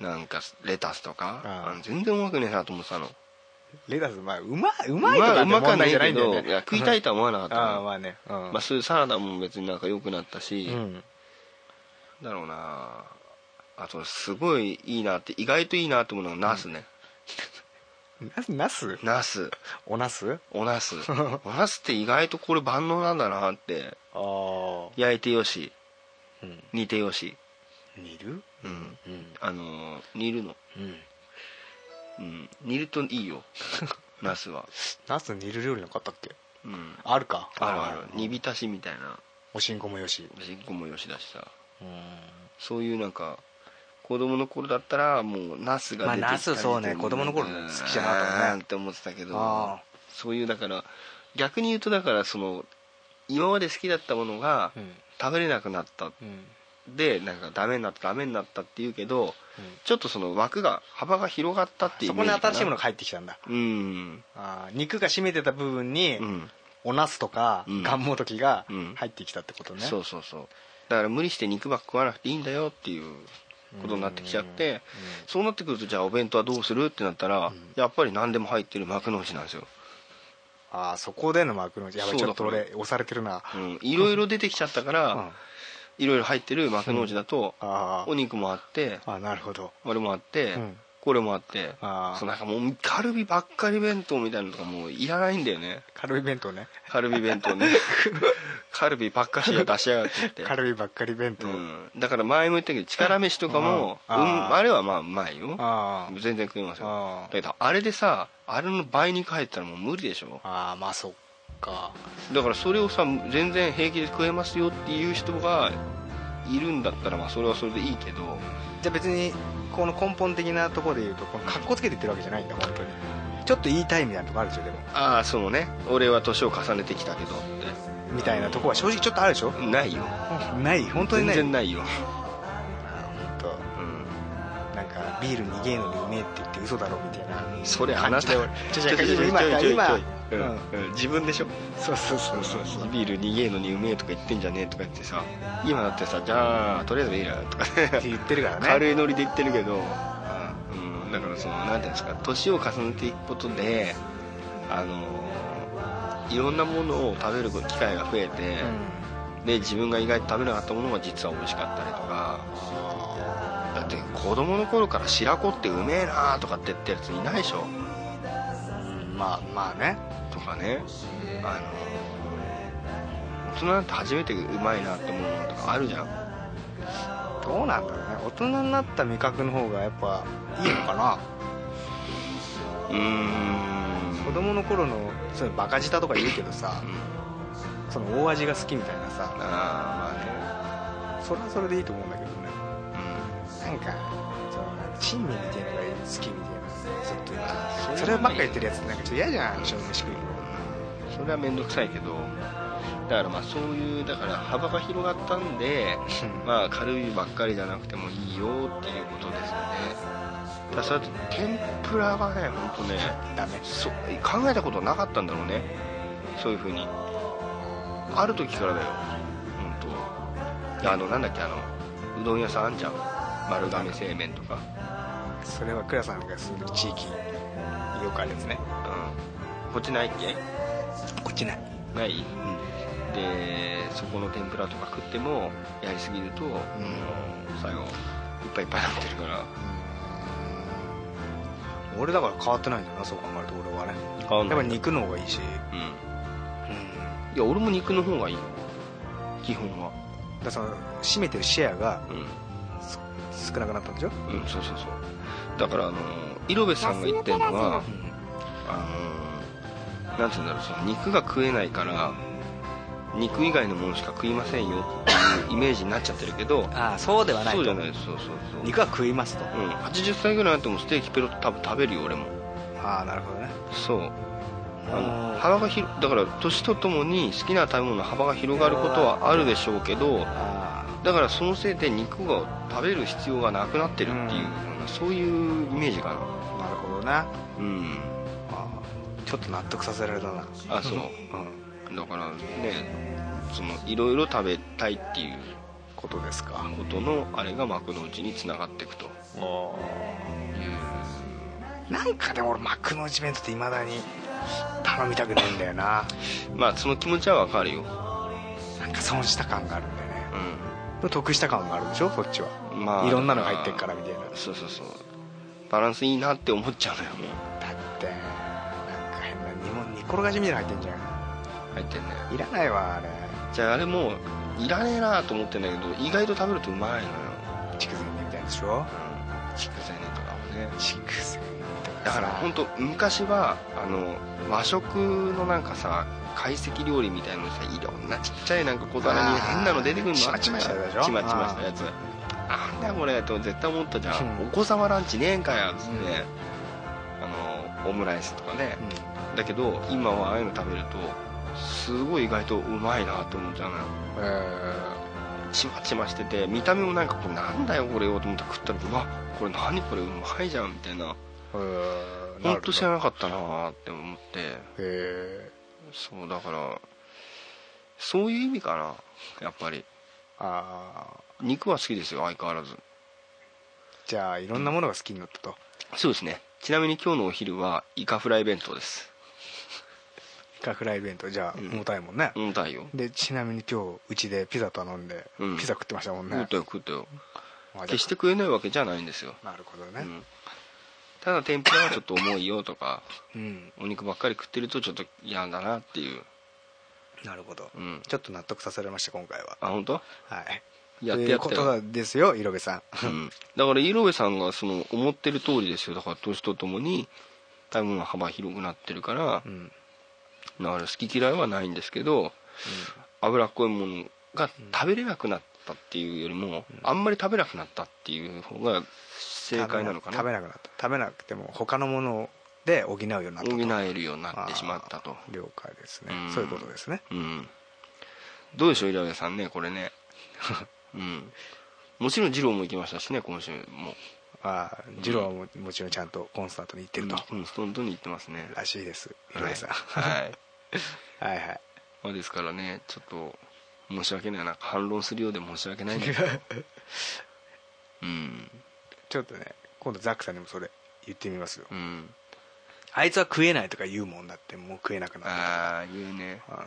Speaker 4: なんかレタスとか
Speaker 3: あー
Speaker 4: あの全然うまくねえなと思ってたの
Speaker 3: レタスまあうまうまいとかって
Speaker 4: まあうまくは
Speaker 3: 問
Speaker 4: ね
Speaker 3: 題じ
Speaker 4: え
Speaker 3: ゃない
Speaker 4: け
Speaker 3: んだよ
Speaker 4: ど
Speaker 3: ね
Speaker 4: いや食いたいとは思わなかったの
Speaker 3: ああまあねうん
Speaker 4: まあ、そういうサラダも別になんか良くなったし、
Speaker 3: うん
Speaker 4: だろうなあとすごいいいなって意外といいなって思うのがナスね、
Speaker 3: ななす
Speaker 4: ナス
Speaker 3: おなす
Speaker 4: お ナスおナスって意外とこれ万能なんだなって
Speaker 3: ああ
Speaker 4: 焼いてよし
Speaker 3: うん
Speaker 4: 煮てよし
Speaker 3: 煮る
Speaker 4: うん
Speaker 3: うん
Speaker 4: あのー煮るの、
Speaker 3: うん
Speaker 4: うん、煮るといい よナスは、
Speaker 3: ナス煮る料理なんかあったっけ
Speaker 4: うん、
Speaker 3: あるか
Speaker 4: あるある煮浸しみたいな
Speaker 3: おしんこもよし
Speaker 4: おしっこもよしだしさ
Speaker 3: うん
Speaker 4: そういうなんか子供の頃だったらもうナスが出てきたり
Speaker 3: まあナスそうね
Speaker 4: とか
Speaker 3: 子供の頃
Speaker 4: うん
Speaker 3: 好きじゃなかったもんね
Speaker 4: あーって思ってたけど
Speaker 3: あ
Speaker 4: そういうだから逆に言うとだからその今まで好きだったものが
Speaker 3: うん
Speaker 4: 食べれなくなった
Speaker 3: うん
Speaker 4: でなんかダメになったダメになったっていうけどちょっとその枠が幅が広がったっていう
Speaker 3: そこに
Speaker 4: イメージか
Speaker 3: 新
Speaker 4: な
Speaker 3: しいものが入ってきたんだ
Speaker 4: うん
Speaker 3: あー肉が占めてた部分に、
Speaker 4: うん
Speaker 3: おナスとか、
Speaker 4: うん
Speaker 3: がんもどきが
Speaker 4: うん
Speaker 3: 入ってきたってことね、
Speaker 4: そうそうそうだから無理して肉ばっか食わなくていいんだよっていうことになってきちゃって、そうなってくるとじゃあお弁当はどうするってなったら、やっぱり何でも入ってる幕の内なんですよ、
Speaker 3: ああそこでの幕の内やばい
Speaker 4: そう
Speaker 3: ち
Speaker 4: だ
Speaker 3: ょっと
Speaker 4: これ
Speaker 3: 俺押されてるな、
Speaker 4: うん、いろいろ出てきちゃったか
Speaker 3: うん
Speaker 4: ら、いろいろ入ってる幕の内だと、
Speaker 3: あー
Speaker 4: お肉もあって
Speaker 3: あーなるほど
Speaker 4: あれもあって、
Speaker 3: うん
Speaker 4: これもあって
Speaker 3: あー
Speaker 4: そうなんかもうカルビばっかり弁当みたいなのとかもういらないんだよね
Speaker 3: カルビ弁当ね
Speaker 4: カルビ 弁当ねカルビばっかしが出しやがってって
Speaker 3: カルビばっかり弁
Speaker 4: う
Speaker 3: 当、
Speaker 4: ん、だから前も言ったけど力飯とかも、
Speaker 3: う
Speaker 4: うんん、
Speaker 3: あー
Speaker 4: あれはまあうまいよ
Speaker 3: あー
Speaker 4: 全然食えますよ
Speaker 3: あー
Speaker 4: だけどあれでさあれの倍に入ったらもう無理でしょ
Speaker 3: あーまあそっか
Speaker 4: だからそれをさ全然平気で食えますよっていう人がいるんだったらまあそれはそれでいいけど
Speaker 3: じゃあ別にこの根本的なところで言うとこの格好つけて言ってるわけじゃないんだ本当にちょっと言いたいみたいなとこあるでしょでも
Speaker 4: ああそのね俺は年を重ねてきたけどっ
Speaker 3: みたいなとこは正直ちょっとあるでしょ
Speaker 4: てないよ
Speaker 3: ない本当に
Speaker 4: 全
Speaker 3: ない
Speaker 4: 然ないよ、
Speaker 3: 本当
Speaker 4: うん、
Speaker 3: なんかビールにげえのにうめえって言って嘘だろみたいな
Speaker 4: それあなた
Speaker 3: 感じで俺ちょちょ今
Speaker 4: ちょいちょいちょい
Speaker 3: 今
Speaker 4: ちょい
Speaker 3: うん
Speaker 4: うんうん自分でしょ
Speaker 3: そうそうそうそうそう
Speaker 4: ビール逃げえのにうめえとか言ってんじゃねえとか言ってさ今だってさじゃあとりあえずビールとか
Speaker 3: って言ってるからね
Speaker 4: 軽いノリで言ってるけど、うん、だからそのなんていうんですか年を重ねていくことであのいろんなものを食べる機会が増えて、で自分が意外と食べなかったものが実は美味しかったりとかだって子供の頃から白子ってうめえなとかって言ってるやついないでしょ
Speaker 3: うんまあまあね
Speaker 4: とかねあの大人になって初めてうまいなって思うものとかあるじゃん
Speaker 3: どうなんだろうね大人になった味覚の方がやっぱいいのか
Speaker 4: うー
Speaker 3: なん子供の頃のそういうバカ舌とか言うけどさ
Speaker 4: うん
Speaker 3: その大味が好きみたいなさ
Speaker 4: あ
Speaker 3: それはそれでいいと思うんだけどね
Speaker 4: あまあねうん
Speaker 3: なんかその珍味みたいなのが好きみたいなちょっと
Speaker 4: そういうのもいい
Speaker 3: そればっか言ってるやつってなんかちょっと嫌じゃん一緒に飯食いに
Speaker 4: それは面倒くさいけどだからまあそういうだから幅が広がったんで
Speaker 3: うん
Speaker 4: まあ軽いばっかりじゃなくてもいいよっていうことですよねただそれと天ぷらはね本当ね
Speaker 3: ダメ
Speaker 4: そ考えたことなかったんだろうねそういうふうにある時からだよ本当あのなんだっけあのうどん屋さんあんじゃん丸亀製麺とか、
Speaker 3: それは倉さんが住んでる地域よくあるやつね
Speaker 4: うん、こっちないっけ
Speaker 3: こっちね
Speaker 4: ない、ででそこの天ぷらとか食ってもやりすぎると、最後いっぱいいっぱいになってるから
Speaker 3: 俺だから変わってないんだよなそう考えると俺はね
Speaker 4: 変わ
Speaker 3: や
Speaker 4: ん
Speaker 3: っ
Speaker 4: ない
Speaker 3: ぱり肉の方がいいし、
Speaker 4: うん
Speaker 3: うん、
Speaker 4: いや俺も肉の方がいいよ基本は
Speaker 3: だからその占めてるシェアが
Speaker 4: う
Speaker 3: 少なくなったんでしょ、
Speaker 4: ん、うん、そうそうそうだからあのイロベさんが言ってるのはあのなんて言うんだろうその肉が食えないから肉以外のものしか食いませんよ っていうイメージになっちゃってるけど
Speaker 3: ああそうではない
Speaker 4: そう
Speaker 3: と
Speaker 4: じゃないそうそうそう
Speaker 3: 肉は食いますと、
Speaker 4: うん、80歳ぐらいになってもステーキペロッと多分食べるよ俺も
Speaker 3: ああなるほどね
Speaker 4: そうあ
Speaker 3: う
Speaker 4: の
Speaker 3: ん
Speaker 4: 幅が広だから年とともに好きな食べ物の幅が広がることはあるでしょうけど
Speaker 3: あ
Speaker 4: だからそのせいで肉を食べる必要がなくなってるっていうようなそういうイメージか
Speaker 3: あ
Speaker 4: な
Speaker 3: なるほどな
Speaker 4: うん
Speaker 3: あーちょっと納得させられたな
Speaker 4: あそううんだからねそのいろいろ食べたいっていう
Speaker 3: ことですか
Speaker 4: ことのあれが幕の内につながっていくと
Speaker 3: なんかでも俺幕の内弁当っていまだに頼みたくないんだよな
Speaker 4: まあその気持ちはわかるよ
Speaker 3: なんか損した感があるんだよね
Speaker 4: う
Speaker 3: でも得した感があるでしょそっちは、
Speaker 4: んまあ
Speaker 3: いろんなの入ってっからみたいなだ
Speaker 4: そうそうそうバランスいいなって思っちゃうのよもう
Speaker 3: ってなんか変な煮物煮転がしみたいなの入ってんじゃ
Speaker 4: 入ってんね
Speaker 3: んいらないわあれ
Speaker 4: じゃああれもういらねえなと思ってんだけど意外と食べるとうまいのよ
Speaker 3: 筑前煮みたいなでしょ
Speaker 4: 筑前煮とかもね
Speaker 3: 筑前煮とか
Speaker 4: だから
Speaker 3: さ
Speaker 4: 本当昔はあの和食のなんかさ懐石料理みたいのにさいろんなちっちゃいなんか小皿に変なの出てくるの
Speaker 3: あー
Speaker 4: あったじゃん
Speaker 3: ちまちましたやつでしょ
Speaker 4: ちまちましたやつあんだこれと絶対思ったじゃん、
Speaker 3: うん
Speaker 4: お子様ランチねえんかやつって、
Speaker 3: うん
Speaker 4: あのオムライスとかね
Speaker 3: う、ん
Speaker 4: だけど今はああいうの食べるとすごい意外とうまいなって思っちゃうのよ
Speaker 3: えー
Speaker 4: ちまちましてて見た目もなんかこれなんだよこれよと思って食ったらうわこれ何これうまいじゃんみたいな
Speaker 3: うーんなる
Speaker 4: 本
Speaker 3: ほ
Speaker 4: 当
Speaker 3: ど
Speaker 4: 知らなかったなーって思って
Speaker 3: え
Speaker 4: そうだからそういう意味かなやっぱり
Speaker 3: ーああ
Speaker 4: 肉は好きですよ相変わらず
Speaker 3: じゃあいろんなものが好きになったと
Speaker 4: そうですねちなみに今日のお昼はイカフライ弁当です
Speaker 3: イカフライ弁当じゃあ
Speaker 4: うん
Speaker 3: 重たいもんね、
Speaker 4: うんだよ
Speaker 3: でちなみに今日うちでピザ頼んで、
Speaker 4: うん
Speaker 3: ピザ食ってましたもんね
Speaker 4: 食ったよ食ったよ
Speaker 3: あじゃあ
Speaker 4: 決して食えないわけじゃないんですよ、
Speaker 3: なるほど
Speaker 4: う
Speaker 3: ね
Speaker 4: ん、ただ天ぷらはちょっと重いよとか
Speaker 3: うん、
Speaker 4: お肉ばっかり食ってるとちょっと嫌だなっていう
Speaker 3: なるほど、
Speaker 4: うん
Speaker 3: ちょっと納得させられました今回は
Speaker 4: あ本当？
Speaker 3: はい
Speaker 4: やってやっ
Speaker 3: とい
Speaker 4: た
Speaker 3: う
Speaker 4: よ
Speaker 3: ことですよ色部さん
Speaker 4: うんだからイロベさんがその思ってる通りですよだから年とともに食べ物の幅広くなってるから
Speaker 3: う、ん
Speaker 4: だから好き嫌いはないんですけど、脂っこいものが食べれなくなったっていうよりも、あんまり食べなくなったっていう方が正解なのかな
Speaker 3: 食べなくなった食べなくても他のもので補うようになったと
Speaker 4: 補えるようになってしまったと
Speaker 3: あー了解ですね、
Speaker 4: うん
Speaker 3: そういうことですね
Speaker 4: うんどうでしょうイロベさんねこれね うんもちろん二郎も行きましたしね今週も
Speaker 3: ああ次郎はももちろんちゃんとコンサートに行ってると、
Speaker 4: うんストントンに行ってますね
Speaker 3: らしいです色部さん、
Speaker 4: はい
Speaker 3: は
Speaker 4: はい
Speaker 3: い、はいはい
Speaker 4: まあ、ですからねちょっと申し訳ないなんか反論するようで申し訳ないんだ けどうん
Speaker 3: ちょっとね今度ザックさんにもそれ言ってみますよ、
Speaker 4: うん
Speaker 3: あいつは食えないとか言うもんだってもう食えなくなった
Speaker 4: ああ言うね
Speaker 3: あ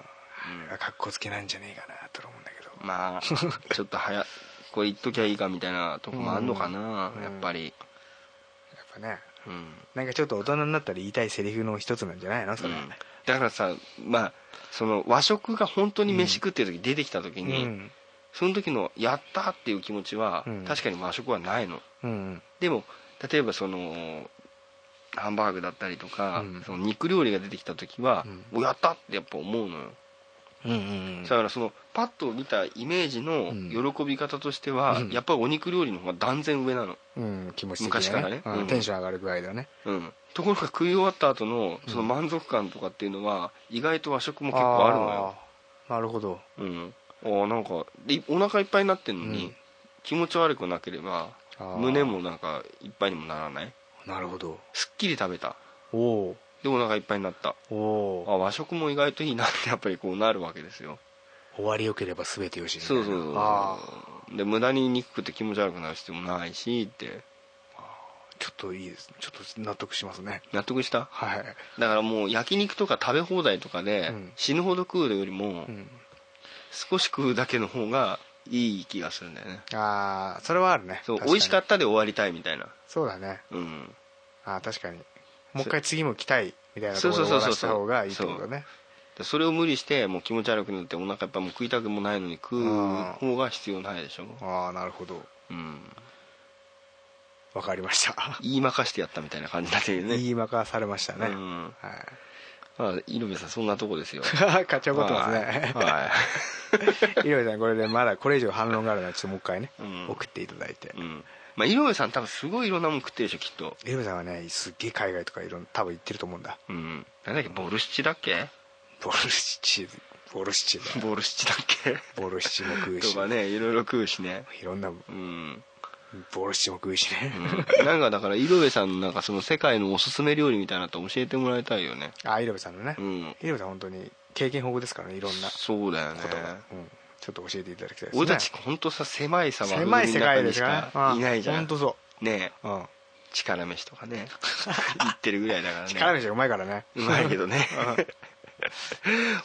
Speaker 3: あかっこつけなんじゃねえかなと思うんだけど
Speaker 4: まあちょっと早これ言っときゃいいかみたいなとこもあんのかな、
Speaker 3: うん
Speaker 4: やっぱり
Speaker 3: やっぱね
Speaker 4: うん、
Speaker 3: なんかちょっと大人になったら言いたいセリフの一つなんじゃないのそれ、
Speaker 4: うんだからさまあその和食が本当に飯食ってる時、出てきた時
Speaker 3: う
Speaker 4: に、
Speaker 3: ん
Speaker 4: その時の「やった!」っていう気持ちは、
Speaker 3: うん
Speaker 4: 確かに和食はないの
Speaker 3: うん
Speaker 4: でも例えばそのハンバーグだったりとか、
Speaker 3: うん
Speaker 4: その肉料理が出てきた時は「おやった!」ってやっぱ思うのよ、
Speaker 3: うんうん
Speaker 4: だからそのパッと見たイメージの喜び方としては、
Speaker 3: うん
Speaker 4: やっぱりお肉料理の方が断然上なの、
Speaker 3: うん気持ち的
Speaker 4: 昔から
Speaker 3: に
Speaker 4: ね
Speaker 3: ねうん
Speaker 4: うん
Speaker 3: テンション上がる具合だね
Speaker 4: うん、ところが食い終わった後のその満足感とかっていうのは意外と和食も結構あるのよ
Speaker 3: あーなるほど
Speaker 4: うん、あーなんかでお腹いっぱいになってんのに、
Speaker 3: うん
Speaker 4: 気持ち悪くなければ
Speaker 3: あー
Speaker 4: 胸もなんかいっぱいにもならない
Speaker 3: なるほど
Speaker 4: すっきり食べた
Speaker 3: お
Speaker 4: でお腹いっぱいになった
Speaker 3: おお
Speaker 4: あ
Speaker 3: お
Speaker 4: 和食も意外といいなってやっぱりこうなるわけですよ
Speaker 3: 終わりよければ全てよしみたい
Speaker 4: そう
Speaker 3: な
Speaker 4: そうそう
Speaker 3: あ
Speaker 4: で無駄に肉食って気持ち悪くなる必要もないしって
Speaker 3: ーちょっといいですちょっと納得しますね
Speaker 4: 納得した
Speaker 3: はい、
Speaker 4: だからもう焼肉とか食べ放題とかで
Speaker 3: うん
Speaker 4: 死ぬほど食うよりも、
Speaker 3: うん
Speaker 4: 少し食うだけの方がいい気がするんだよね
Speaker 3: ああそれはあるね
Speaker 4: そう
Speaker 3: 確
Speaker 4: 美味しか
Speaker 3: った
Speaker 4: ったで終わりたいみたいな
Speaker 3: そうだね
Speaker 4: うん
Speaker 3: ああ確かにもう一回次も来たいみたいなところ
Speaker 4: そ
Speaker 3: で
Speaker 4: うそ
Speaker 3: 終
Speaker 4: う
Speaker 3: わら
Speaker 4: そうそう
Speaker 3: せた方がいいってことね
Speaker 4: でそれを無理してもう気持ち悪くなってお腹いっぱいもう食いたくもないのに食う
Speaker 3: うん
Speaker 4: 方が必要ないでしょ、
Speaker 3: ああなるほど
Speaker 4: うん、
Speaker 3: わかりました、
Speaker 4: 言いまかしてやったみたいな感じだけどね
Speaker 3: 言いまかされましたね、
Speaker 4: うん
Speaker 3: はい
Speaker 4: まあ猪部さんそんなとこ ですよ
Speaker 3: 買っちゃうことですね
Speaker 4: はい、は い
Speaker 3: いろいろさんこれでまだこれ以上反論があるならちょっともう一回ね、
Speaker 4: うん
Speaker 3: 送っていただいて
Speaker 4: うんまあ、井上さん多分すごいいろんなもん食ってるでしょきっと、
Speaker 3: イロさんはねすっげえ海外とかいろん多分行ってると思うんだ
Speaker 4: うん、なんだっけボルシチだっけ
Speaker 3: ボルシチボルシチだよ
Speaker 4: ボルシチだっけ
Speaker 3: ボルシチも食う
Speaker 4: と
Speaker 3: し、
Speaker 4: かねいろいろ食うしね
Speaker 3: いろんな
Speaker 4: うん、
Speaker 3: ボルシチも食うしね、
Speaker 4: うん、 なんかだから井上さんのなんかその世界のおすすめ料理みたいなのと教えてもらいたいよね
Speaker 3: あイロベさんのね、
Speaker 4: うん
Speaker 3: イロベさん本当に経験豊富ですからねいろんなこ
Speaker 4: そうだよね
Speaker 3: とが、うん、ちょっと教えていただきたいですね
Speaker 4: 俺たち本当さ狭いさ
Speaker 3: 狭い世界です
Speaker 4: 枠組みの
Speaker 3: から
Speaker 4: 中にしかいないじゃん
Speaker 3: 本当そ
Speaker 4: ねえ
Speaker 3: う、うん、
Speaker 4: 力飯とか ね言ってるぐらいだからね
Speaker 3: 力飯がうまいからね
Speaker 4: うまいけどね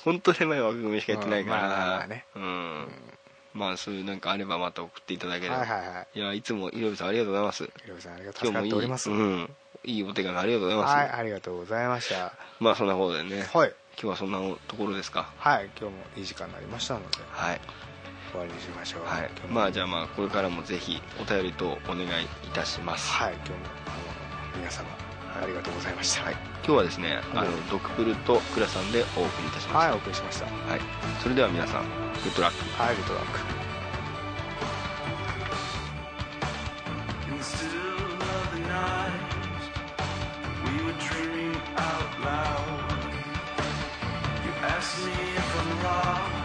Speaker 4: 本当狭い枠組みしかやってないか
Speaker 3: うんまあまあま
Speaker 4: ら
Speaker 3: あね
Speaker 4: うんまあそういうなんかあればまた送っていただけれ
Speaker 3: はい
Speaker 4: ば
Speaker 3: はいはい
Speaker 4: やいつも井上さんありがとうございます
Speaker 3: いイロベさんありがとう
Speaker 4: 今
Speaker 3: 助か
Speaker 4: 日も
Speaker 3: っ
Speaker 4: いい
Speaker 3: ております、
Speaker 4: うんいいお手紙ありがとうございます、
Speaker 3: はいありがとうございました
Speaker 4: まあそんなことでね、
Speaker 3: はい
Speaker 4: 今日はそんなところですか
Speaker 3: はい今日もいい時間になりましたので
Speaker 4: はい、
Speaker 3: 終わりにしましょう
Speaker 4: はい
Speaker 3: 今日、も
Speaker 4: まあじゃあまあこれからもぜひお便りとお願いいたします、
Speaker 3: はい今日もあの皆様ありがとうございましたはい、
Speaker 4: 今日はですねあのドクプルとクラさんでお送りいたしました、
Speaker 3: お送りしました
Speaker 4: はい、それでは皆さんグッドラック
Speaker 3: はいグッドラック
Speaker 5: In the still of the night, we were dreaming out loud. You asked me if I'm wrong,